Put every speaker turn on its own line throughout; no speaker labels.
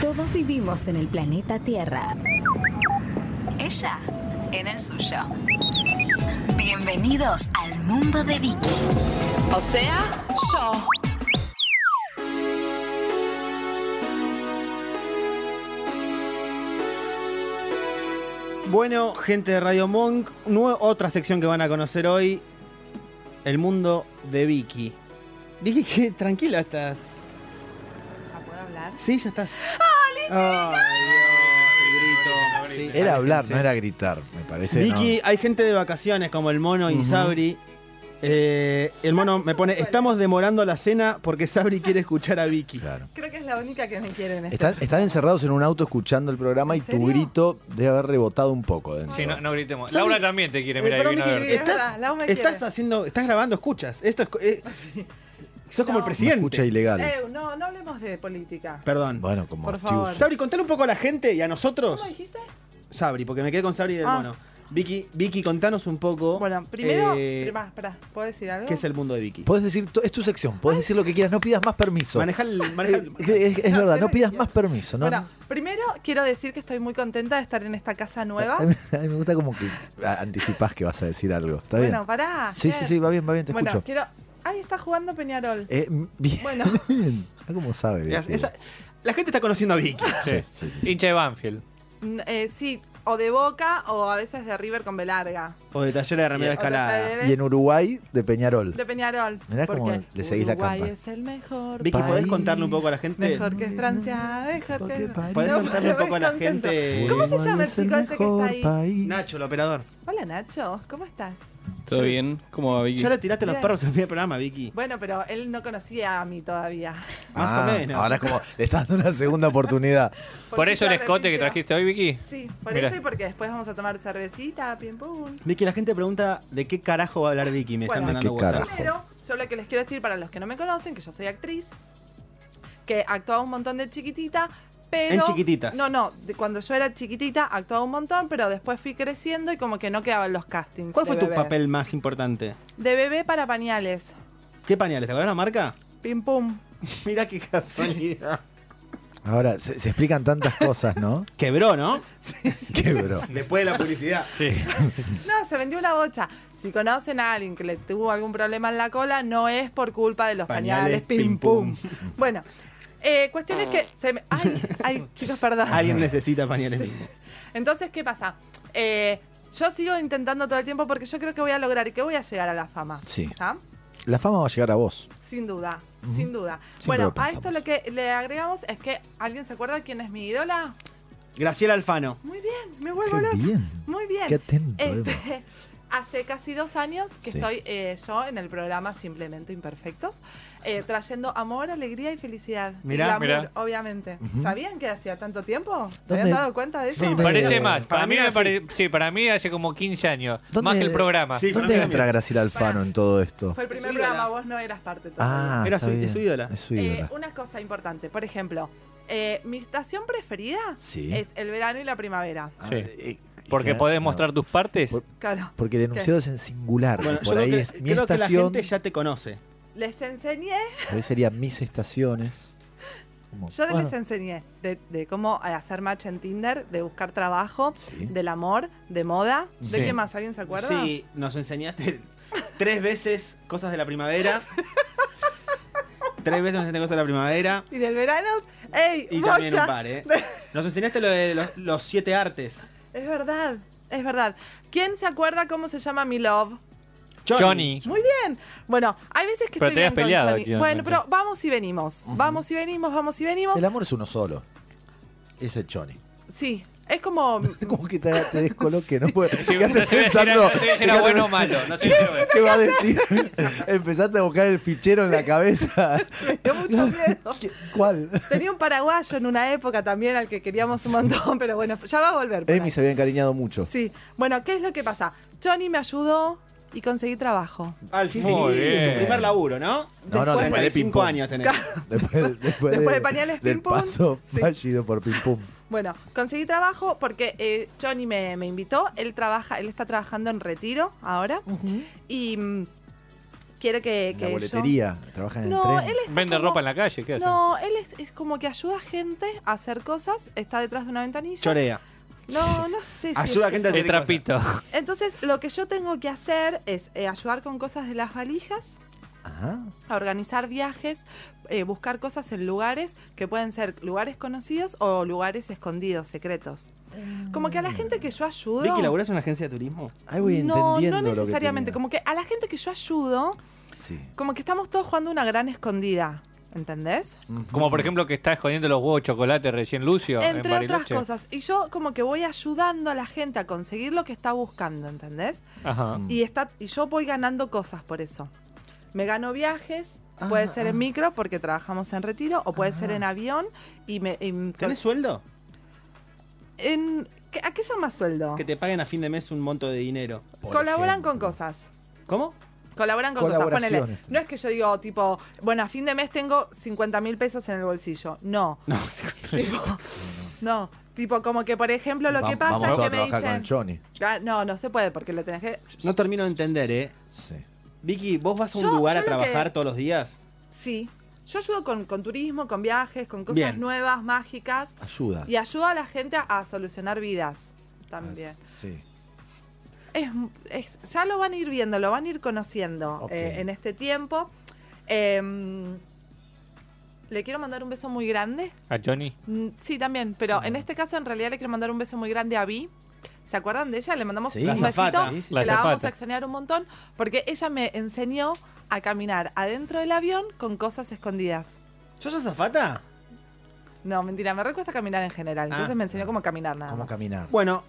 Todos vivimos en el planeta Tierra. Ella en el suyo. Bienvenidos al mundo de Vicky.
O sea, yo.
Bueno, gente de Radio Monk, nue- otra sección que van a conocer hoy, el mundo de Vicky. Vicky, que tranquila estás.
¿Ya puedo hablar?
Sí, ya estás. ¡Ah, Dios, el grito. Sí,
Era hablar, no era gritar, me parece.
Vicky, hay gente de vacaciones como el mono y
Ujú.
Sabri. Eh, el mono me pone, estamos demorando la cena porque Sabri quiere escuchar a
¿no?
Vicky.
Claro.
Creo que es la única que me quiere en este
Están, están encerrados en un auto escuchando el programa y
¿En
tu
serio?
grito debe haber rebotado un poco dentro.
Sí, no, no gritemos.
Sorry.
Laura también te quiere mirar
Eh,
y
perdón,
vino a
Vicky,
verte.
Es verdad, Lau me
estás, estás
quiere.
haciendo, estás grabando, escuchas. Esto es, co- eh, sos
No.
como el
Una
presidente.
escucha ilegal.
Eh, no, no hablemos de política.
Perdón.
Bueno, como
Por
Steve.
favor.
Sabri, contale un poco a la gente y a nosotros.
¿Cómo dijiste?
Sabri, porque me quedé con Sabri del
Ah.
mono. Vicky, Vicky, contanos un poco.
Bueno, primero,
eh,
primá, espera, ¿puedo decir algo?
¿Qué es el mundo de Vicky?
Podés decir, to- es tu sección, podés decir lo que quieras, no pidas más permiso.
Manejar el. maneja
Eh,
el-
es es- es
No,
verdad,
sé lo
no
que
pidas
quieras.
más permiso. ¿no?
Bueno, primero quiero decir que estoy muy contenta de estar en esta casa nueva.
A mí, a mí me gusta como que ah, anticipás que vas a decir algo. ¿Está bien?
Bueno, pará.
sí, sí,
Fer.
sí, va bien, va bien, te
bueno,
escucho.
quiero. Ahí está jugando Peñarol.
Eh, m- bien.
Bueno.
Ah, ¿Cómo sabe?
Mirá,
Sí.
esa- la gente está conociendo a Vicky.
Sí, sí, sí, sí.
Hincha de Banfield.
Mm, eh, sí, o de Boca o a veces de River con B larga.
O de Tallera de Remedio
O
Escalada.
talleres
Y en Uruguay, de Peñarol.
de Peñarol.
Mirá cómo
porque
le seguís la
Uruguay
campa.
es el mejor.
Vicky, ¿podés
País.
contarle un poco a la gente?
Mejor que Francia, mejor
Porque
que-
París-
¿Podés
No,
contarle un
me
poco a la
desconcentro.
gente?
¿Cómo se llama el chico ese que está ahí?
Nacho, el operador.
Hola Nacho, ¿cómo estás?
¿Todo bien? ¿Cómo va, Vicky?
Ya le tiraste los
Bien.
perros al primer programa, Vicky.
Bueno, pero él no conocía a mí todavía.
Más
Ah,
o menos.
Ahora es como, le estás dando una segunda oportunidad.
Por eso el
se
escote que
arrepintió.
trajiste hoy, Vicky.
Sí, por
Mirá.
eso y porque después vamos a tomar cervecita, pim pum.
Vicky, la gente pregunta de qué carajo va a hablar Vicky. Me
Bueno.
están mandando
¿De qué
WhatsApp.
carajo?
Primero, yo lo que les quiero decir para los que no me conocen, que yo soy actriz, que actuaba un montón de chiquitita, pero...
En chiquititas.
No, no, de cuando yo era chiquitita actuaba un montón, pero después fui creciendo y como que no quedaban los castings.
¿Cuál
de
fue tu
bebé.
papel más importante?
De bebé para pañales.
¿Qué pañales? ¿Te acordás la marca?
Pim pum.
Mira qué casualidad.
Ahora, se, se explican tantas cosas, ¿no?
Quebró, ¿no?
Qué bro.
Después de la publicidad.
Sí.
No, se vendió una bocha. Si conocen a alguien que le tuvo algún problema en la cola, no es por culpa de los pañales,
Pañales,
pim
pim,
pum. Bueno, eh, cuestión es que se me- Ay, ay, chicos, perdón.
Alguien necesita pañales Vicky.
Entonces, ¿qué pasa? Eh, yo sigo intentando todo el tiempo porque yo creo que voy a lograr y que voy a llegar a la fama.
Sí.
¿Ah?
La fama va a llegar a vos.
Sin duda, sin duda.
Siempre
bueno,
lo
a
pensamos.
esto lo que le agregamos es que alguien se acuerda quién es mi ídola.
Graciela Alfano.
Muy bien, me vuelvo
Qué
loca.
bien.
Muy bien.
Qué atento.
Este,
Eva.
hace casi dos años que
Sí.
estoy eh, yo en el programa Simplemente Imperfectos, eh, trayendo amor, alegría y felicidad. Y
Mirá,
glamour,
mirá.
obviamente.
Ujú.
¿Sabían que hacía tanto tiempo? ¿Se
¿Dónde?
habían dado cuenta de eso?
Sí, me-
Parece
Eh,
más.
para
Para mí
mí
me
así.
parece. Sí, para mí hace como 15 años.
¿Dónde-
Más que el programa.
Sí, para mí
¿Dónde
también.
entra Graciela Alfano
Pará.
en todo esto?
Fue el primer
Es su ídola.
programa, vos no eras parte todavía.
Ah,
Era
está
su- es
bien.
su ídola.
Es su
Eh,
ídola.
una cosa importante, por ejemplo, eh, mi estación preferida
Sí.
es el verano y la primavera.
Ah,
Sí.
eh,
Porque
claro.
podés mostrar tus partes.
Por-
Claro.
Porque el enunciado es en singular.
Bueno, yo
y por
creo,
ahí
que,
es mi
creo que la
estación.
gente ya te conoce.
Les enseñé,
Por ahí serían mis estaciones. Como-
yo
bueno,
les enseñé de, de cómo hacer match en Tinder, de buscar trabajo,
sí.
del amor, de moda. ¿De
Sí.
qué más? ¿Alguien se acuerda?
Sí, nos enseñaste tres veces cosas de la primavera. tres veces nos enseñaste cosas de la primavera.
Y del verano, ¡ey!
Y
bocha!
también un par, ¿eh? Nos enseñaste lo de los, los siete artes.
Es verdad, es verdad. ¿Quién se acuerda cómo se llama mi love?
Johnny.
Muy bien. Bueno, hay veces que
Pero
estoy
te
bien
habías
con
peleado
Johnny.
aquí,
Bueno,
obviamente.
pero vamos y venimos. Vamos y venimos, vamos y venimos.
El amor es uno solo. Es el Johnny.
Sí, es como
Como que te, te descoloque, ¿no? Porque
Sí,
quedaste
no sé si era-
pensando-
no sé si era
quedaste-
bueno o malo, no sé si era-
¿Qué va a decir? Empezaste a buscar el fichero en la cabeza.
Me dio mucho miedo.
¿Qué- ¿Cuál?
Tenía un paraguayo en una época también al que queríamos un montón, pero bueno, ya va a volver. por
Amy
ahí.
se había encariñado mucho.
Sí. Bueno, ¿qué es lo que pasa? Johnny me ayudó y conseguí trabajo.
Al fin. Tu
bien.
primer laburo, ¿no?
No, no,
Después-
después de ping
35
pong.
años tenés.
Después, después,
Después de pañales,
del
pim, pum.
paso
Sí.
fallido por pim pum.
Bueno, conseguí trabajo porque eh, Johnny me, me invitó. Él trabaja, él está trabajando en retiro ahora. Y mm, quiere que, que
la
yo-
boletería. Trabajan en
No,
el tren.
él está
Vende
como-
ropa en la calle, ¿qué hace?
No, él es, es como que ayuda a gente a hacer cosas, está detrás de una ventanilla.
Chorea.
No, no sé. si
Ayuda a
es
gente a
eso.
El trapito.
Entonces, lo que yo tengo que hacer es eh, ayudar con cosas de las valijas,
Ajá.
a organizar viajes, eh, buscar cosas en lugares que pueden ser lugares conocidos o lugares escondidos, secretos. Como que a la gente que yo ayudo.
Vicky, ¿laburás en una agencia de turismo?
Ahí voy
no,
entendiendo.
no
lo que
necesariamente.
tenía.
como que a la gente que yo ayudo,
Sí.
como que estamos todos jugando una gran escondida. ¿Entendés?
Como por ejemplo que está escondiendo los huevos de chocolate recién lucio en
Entre otras
Bariloche.
cosas. Y yo como que voy ayudando a la gente a conseguir lo que está buscando, ¿entendés?
Ajá.
Y, está, y yo voy ganando cosas por eso. Me gano viajes, puede
Ah,
ser en micro porque trabajamos en retiro, o puede ser en avión y me... y-
¿Tenés sueldo?
en, ¿qué- ¿A qué llama sueldo?
Que te paguen a fin de mes un monto de dinero.
Por
Colaboran
ejemplo.
con cosas.
¿Cómo?
Colaboran con cosas. Ponele.
Colaboraciones.
No es que yo digo, tipo, bueno, a fin de mes tengo 50 mil pesos en el bolsillo. No.
No,
Tipo, no. Tipo, como que, por ejemplo, lo
Va-
que pasa
Vamos
es
todos
que
a
me
trabajar
dicen...
con el Johnny.
Ah, No, no se puede porque lo tenés que.
no termino de entender, ¿eh?
Sí.
Vicky, ¿vos vas a un
Yo-
lugar
yo
a
lo
trabajar
que-
todos los días?
Sí. Yo ayudo con, con turismo, con viajes, con cosas
Bien.
nuevas, mágicas.
Ayuda.
Y ayudo a la gente a, a solucionar vidas también.
Sí.
Es, es- ya lo van a ir viendo, lo van a ir conociendo
Ok.
eh, en este tiempo. Em, le quiero mandar un beso muy grande.
A Johnny.
Mm, Sí, también, pero en este caso en realidad le quiero mandar un beso muy grande a Vi. ¿Se acuerdan de ella? Le mandamos
Sí.
un
La
azafata.
besito.
Sí, sí,
sí. La
que la vamos
azafata.
a extrañar un montón porque ella me enseñó a caminar adentro del avión con cosas escondidas.
¿Sos azafata?
No, mentira, me recuesta caminar en general.
Ah.
Entonces me enseñó cómo caminar nada
¿Cómo
más.
caminar?
Bueno,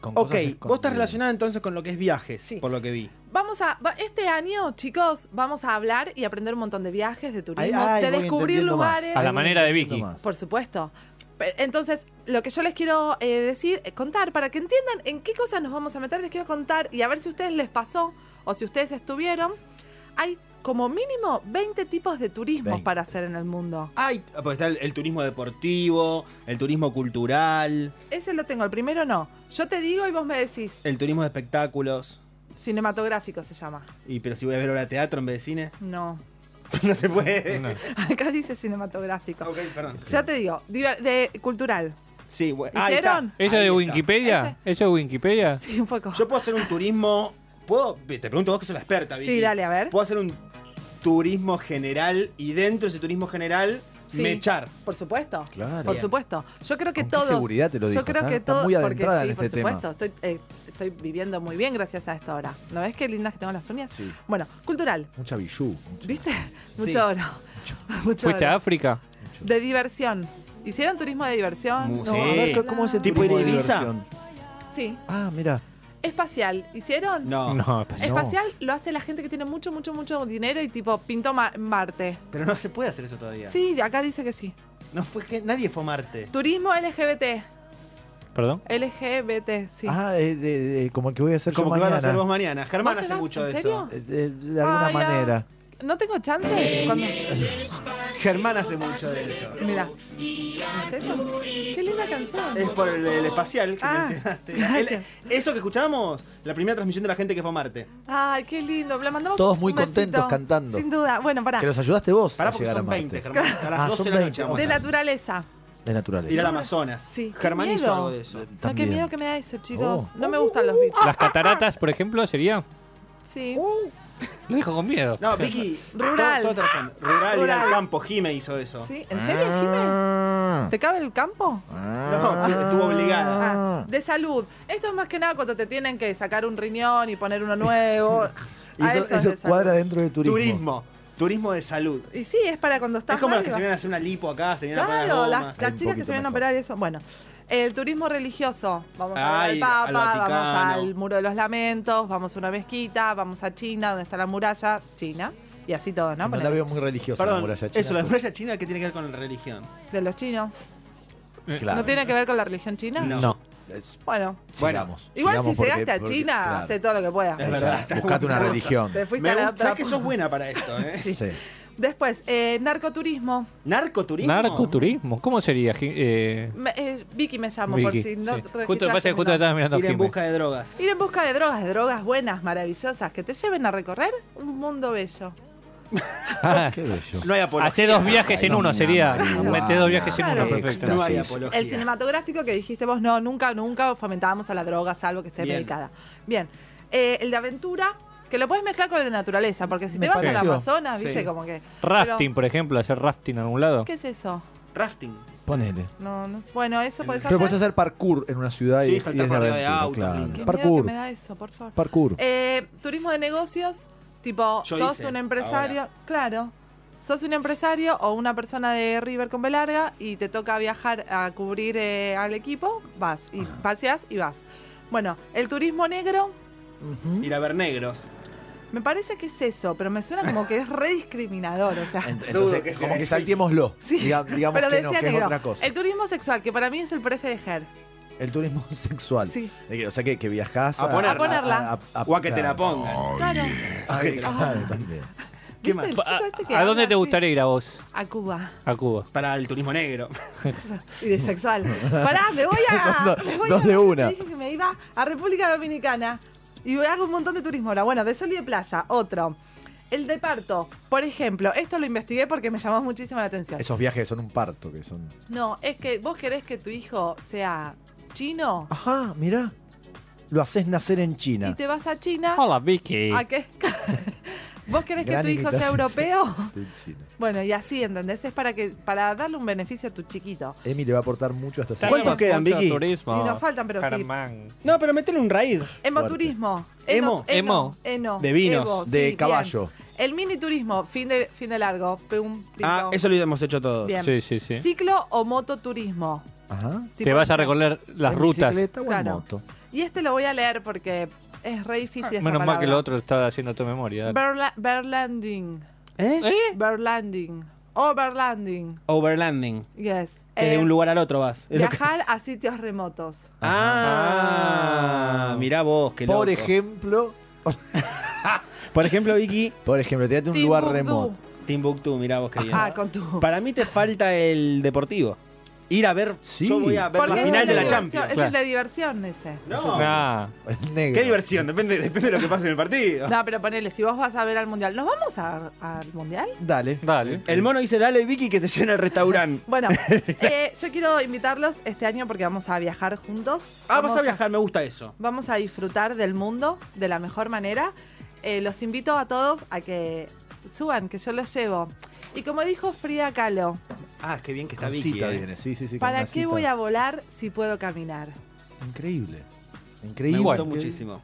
Con
ok.
cosas
Vos estás
escondidas.
relacionada entonces con lo que es viajes,
Sí.
por lo que vi.
Vamos a va- este año, chicos, vamos a hablar y aprender un montón de viajes, de turismo,
Ay, ay,
de
voy
descubrir
entendiendo más.
lugares.
A la
Ahí voy
manera de
entendiendo
Vicky.
más.
Por supuesto. Pe- Entonces, lo que yo les quiero eh, decir, eh, contar, para que entiendan en qué cosas nos vamos a meter, les quiero contar y a ver si a ustedes les pasó o si ustedes estuvieron. Hay como mínimo 20 tipos de turismos
20.
para hacer en el mundo.
Ay, pues está el, el turismo deportivo, el turismo cultural,
Ese lo tengo, el primero no. Yo te digo y vos me decís,
el turismo de espectáculos.
cinematográfico se llama.
Y pero si voy a ver ahora teatro en vez de cine,
No,
no se puede. Ah,
acá dice cinematográfico.
Ok, perdón.
Ya te digo, diver- de cultural.
Sí, bueno.
¿Hicieron?
¿Eso
Ahí
de
está.
Wikipedia? ¿Eso de Wikipedia?
Sí, un poco.
Yo puedo hacer un turismo. ¿Puedo? Te pregunto vos que sos la experta, Vicky.
Sí, dale, a ver.
Puedo hacer un turismo general y dentro de ese turismo general
Sí.
mechar.
Por supuesto.
Claro.
Por
Bien.
supuesto. Yo creo que
¿Con qué
todos.
seguridad te lo
yo
dijo?
creo
Está-
que
está
todos.
muy
Porque
adentrada
sí,
en
por
este tema.
supuesto. Estoy, eh, estoy viviendo muy bien gracias a esta hora. ¿No ves qué lindas que tengo las uñas?
Sí.
Bueno, cultural.
Mucha bijú. mucha-
¿Viste?
Sí.
Mucho oro. Mucho
¿Fuiste a
oro.
África?
De diversión. ¿Hicieron turismo de diversión?
Mu-
No, a ver, ¿cómo- ¿cómo es el
Tipo ir a
turismo de
Ibiza.
diversión?
Sí.
Ah, mira.
Espacial. ¿Hicieron?
No.
No, pues-
Espacial lo hace la gente que tiene mucho, mucho, mucho dinero y tipo pintó Ma- Marte.
Pero no se puede hacer eso todavía.
Sí, de acá dice que sí.
No fue que nadie fue a Marte.
Turismo LGBT.
¿Perdón?
LGBT, sí.
Ah, eh, de- de- como el que voy a hacer
Como
yo
que vas
mañana.
a hacer vos mañana. Germán
¿Vos te
hace
vas?
mucho
¿En
de
serio?
eso.
Eh, de, de alguna
Ay, la-
manera.
¿No tengo chance? Cuando...
Germán hace mucho de eso.
Mira. ¿En serio? Qué linda canción.
Es por el, el espacial que
Ah,
mencionaste.
gracias.
El- eso que escuchábamos, la primera transmisión de la gente que fue a Marte.
Ay, qué lindo. Le mandamos
Todos
un
muy
besito.
contentos cantando.
Sin duda. Bueno, pará.
Que los ayudaste vos
Pará
a
porque
llegar a
son
Marte.
20, Germán. A las
Ah,
12 de
son
la
20,
noche. vamos
De
a Marte.
naturaleza. Ah,
De naturaleza.
Ir al Amazonas.
Sí, qué
Germán hizo
miedo.
algo de eso.
No, qué
También.
miedo que me da eso, chicos.
Oh.
No me gustan los bichos.
¿Las cataratas, por ejemplo, sería?
Sí.
Lo dijo con miedo.
No, Vicky.
Rural.
todo- todo te responde. Rural, ir al
Rural.
campo. Jime hizo eso.
sí. ¿En serio, Jimé? ¿Te cabe el campo?
Ah.
No, estuvo obligada.
Ah, de salud. Esto es más que nada cuando te tienen que sacar un riñón y poner uno nuevo.
Y
A
eso,
eso es
eso
de salud.
cuadra dentro de turismo.
Turismo. Turismo de salud.
Y sí, es para cuando estás
Es como
mal
las que
y
se
vas-
vienen a hacer una lipo acá, se vienen a
Claro,
poner
las,
las gomas.
las chicas
un
que
poquito
se vienen a
mejor.
operar y eso. Bueno, el turismo religioso. Vamos a ver
Ay,
al
al
Papa,
Vaticano.
vamos al Muro de los Lamentos, vamos a una mezquita, vamos a China, donde está la muralla, China, y así todo, ¿no?
No, la
Ponele.
veo muy religiosa la
Perdón,
muralla china.
eso, la muralla china, pues. ¿qué tiene que ver con la religión?
De los chinos.
Claro.
¿No tiene que ver con la religión china?
No.
No.
Es-
Bueno,
Bueno,
sigamos,
igual
sigamos
si
porque-
llegaste a
porque-
China,
claro.
hace todo lo que puedas.
Es verdad.
Buscate una religión.
Te fuiste
Me
a la
gusta,
otra.
sabes que sos buena para esto, ¿eh?
Sí.
Después, eh, narcoturismo.
¿Narcoturismo?
Narcoturismo. ¿Cómo sería? Gi- eh,
Me- eh, Vicky me llamo, por
Vicky?
si no
Sí.
registraste
Justo, me parece que
mi
justo
nombre.
estabas mirando a
Ir en
Jimé.
busca de drogas.
Ir en busca de drogas, de drogas buenas, maravillosas, que te lleven a recorrer un mundo bello.
Ah,
No hay apología.
Hacer dos viajes en uno sería. Mete dos viajes en uno,
Claro.
perfecto.
No hay
Éxtasis.
apología.
El cinematográfico que dijiste vos, no, nunca, nunca fomentábamos a la droga, salvo que esté
Bien.
medicada. Bien. Eh, el de aventura, que lo puedes mezclar con el de naturaleza, porque si
Me
te vas a la
pareció.
Amazonas,
Sí.
viste, como que.
Rafting, por ejemplo, hacer rafting en algún lado.
¿Qué es eso?
Rafting.
Ponele.
No, no, bueno, eso puede ser.
Pero puedes hacer parkour en una ciudad
Sí,
y,
saltar
y es
por arriba de
aventura,
autos,
claro.
brincar.
Parkour.
me da eso, por favor.
Parkour.
Eh, turismo de negocios, tipo,
Yo
sos
hice,
un empresario, claro, sos un empresario o una persona de River con Belarga y te toca viajar a cubrir eh, al equipo, vas y paseas y vas. Bueno, el turismo negro ¿Mm?
Ujú.
Ir a ver negros.
me parece que es eso, pero me suena como que es rediscriminador, o ah. sea.
Ent-
Dudo
Entonces,
que sea
como que
así.
saltémoslo.
Sí,
Diga- digamos
pero
que
decía
no, que es
negro.
otra cosa.
El
El,
turismo sexual, que para mí es el prefe de Ger.
turismo sexual.
Sí.
De que- O sea, que, que viajás
A ponerla. A
ponerla.
O a que te la
claro.
pongan.
Claro.
Ah, claro, también.
¿Viste
¿Qué más?
el chico
¿A,
este que
Ah, a dónde
habla
te
así?
gustaría ir a vos?
A Cuba.
A Cuba.
Para el turismo negro.
y de sexual. Pará, me voy a.
Son dos-
me voy
dos
a-
de una.
Dije que me iba a República Dominicana y hago un montón de turismo ahora. Bueno, de sol y de playa, otro. El de parto, por ejemplo, esto lo investigué porque me llamó muchísimo la atención.
Esos viajes son un parto que son.
No, es que vos querés que tu hijo sea chino
Ajá, mirá. Lo haces nacer en
y
China.
te vas a China.
Hola, Vicky.
¿A qué? ¿Vos querés que
Gran
tu hijo sea
imitación.
europeo?
En China.
Bueno, y así, ¿entendés? Es para que para darle un beneficio a tu chiquito.
Emi le va a aportar mucho hasta
Tenemos
¿Cuántos quedan,
mucho
Vicky?
turismo.
Y nos faltan, pero sí.
Germán.
No, pero metele un raid.
Emoturismo.
Emo.
Eno-
Emo.
Eno.
De vinos.
Evo, sí,
De
bien.
caballo.
El mini turismo, fin de, fin de largo. Pum, pim,
Ah,
pum.
eso lo hemos hecho todos.
Bien.
Sí, sí, sí.
Ciclo o mototurismo.
Ajá.
Te vas a recorrer las
¿En
rutas.
bicicleta o en
Claro.
moto?
Y este lo voy a leer porque es re difícil. esta
Ah, Menos mal que
palabra.
lo otro estaba haciendo tu memoria. dale.
Berla- Berlanding.
¿Eh?
Berlanding. Overlanding.
Overlanding.
Yes.
Que de
Eh,
un lugar al otro vas. Es lo que-
Viajar a sitios remotos.
Ah, mirá vos, que
Por
loco.
ejemplo,
Por ejemplo, Vicky,
por ejemplo, tirate un lugar
Timbuktu.
remoto.
Timbuktu, mirá vos que bien.
Ah, con tu.
Para mí te falta el deportivo. Ir a ver.
Sí.
Yo voy a ver
Porque
la
es
final
el
de la
diversión,
Champions.
Es
claro.
el de diversión ese.
No.
Ah,
El negro.
Qué diversión, depende, depende de lo que pase en el partido.
No, pero ponele, si vos vas a ver al mundial, ¿nos vamos a- al mundial?
Dale.
dale.
El mono dice, dale Vicky que se llena el restaurante.
Bueno, eh, yo quiero invitarlos este año porque vamos a viajar juntos.
Ah,
Vamos
vas a viajar, me gusta eso.
Vamos a disfrutar del mundo de la mejor manera. Eh, los invito a todos a que suban, que yo los llevo. Y como dijo Frida Kahlo,
Ah, qué bien que está
Con
Vicky.
cita
eh.
viene, sí, sí, sí. con
¿para
una
qué
cita.
voy a volar si puedo caminar?
Increíble.
Me
Increíble.
gustó
Igual.
muchísimo.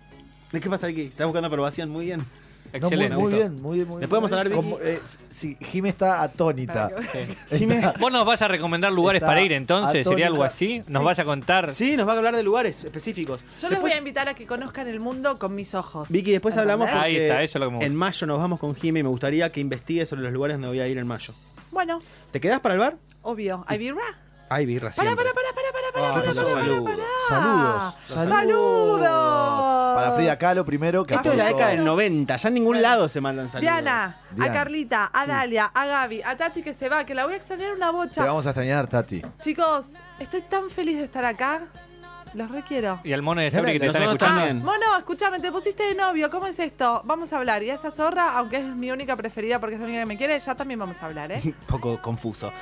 ¿De qué pasa, Vicky? Estás buscando aprobación, muy bien.
No, muy,
Excelente.
muy bien, muy bien, muy bien.
Después vamos a hablar, Vicky.
Como, eh, Sí, Jime está atónita.
Para
Sí.
Está-
¿Vos nos vas a recomendar lugares
Está
para ir entonces?
atónita.
¿Sería algo así? ¿Nos
Sí.
vas a contar?
Sí, nos va a hablar de lugares específicos.
Yo les voy a invitar a que conozcan el mundo con mis ojos.
Vicky, después hablamos
¿Entendés?
Ahí
porque
está, eso es lo que me gusta.
en mayo nos vamos con Jimmy y me gustaría que investigues sobre los lugares donde voy a ir en mayo.
Bueno,
¿Te quedás para el bar?
obvio. ¿Hay birra?
Ay, birra,
Pará,
siempre.
pará, pará, pará, pará, pará,
Ah,
pará,
los
pará, pará,
saludos.
pará.
Saludos. Saludos.
Ah, Saludos.
Para Frida Kahlo primero. Que
Esto es la
aportó-
década del 90, ya en ningún
Bueno.
lado se mandan saludos.
Diana, a
Diana.
Carlita, a Dalia, a Gaby, a Tati que se va, que la voy a extrañar una
Te
bocha.
vamos a extrañar, Tati.
Chicos, estoy tan feliz de estar acá. Los requiero. Ah,
Y al mono de Sabri que te están
Nosotros
escuchando.
también.
Mono, escúchame, te pusiste de novio, ¿cómo es esto? Vamos a hablar. Y a esa zorra, aunque es mi única preferida porque es la única que me quiere, ya también vamos a hablar, ¿eh?
Un poco confuso.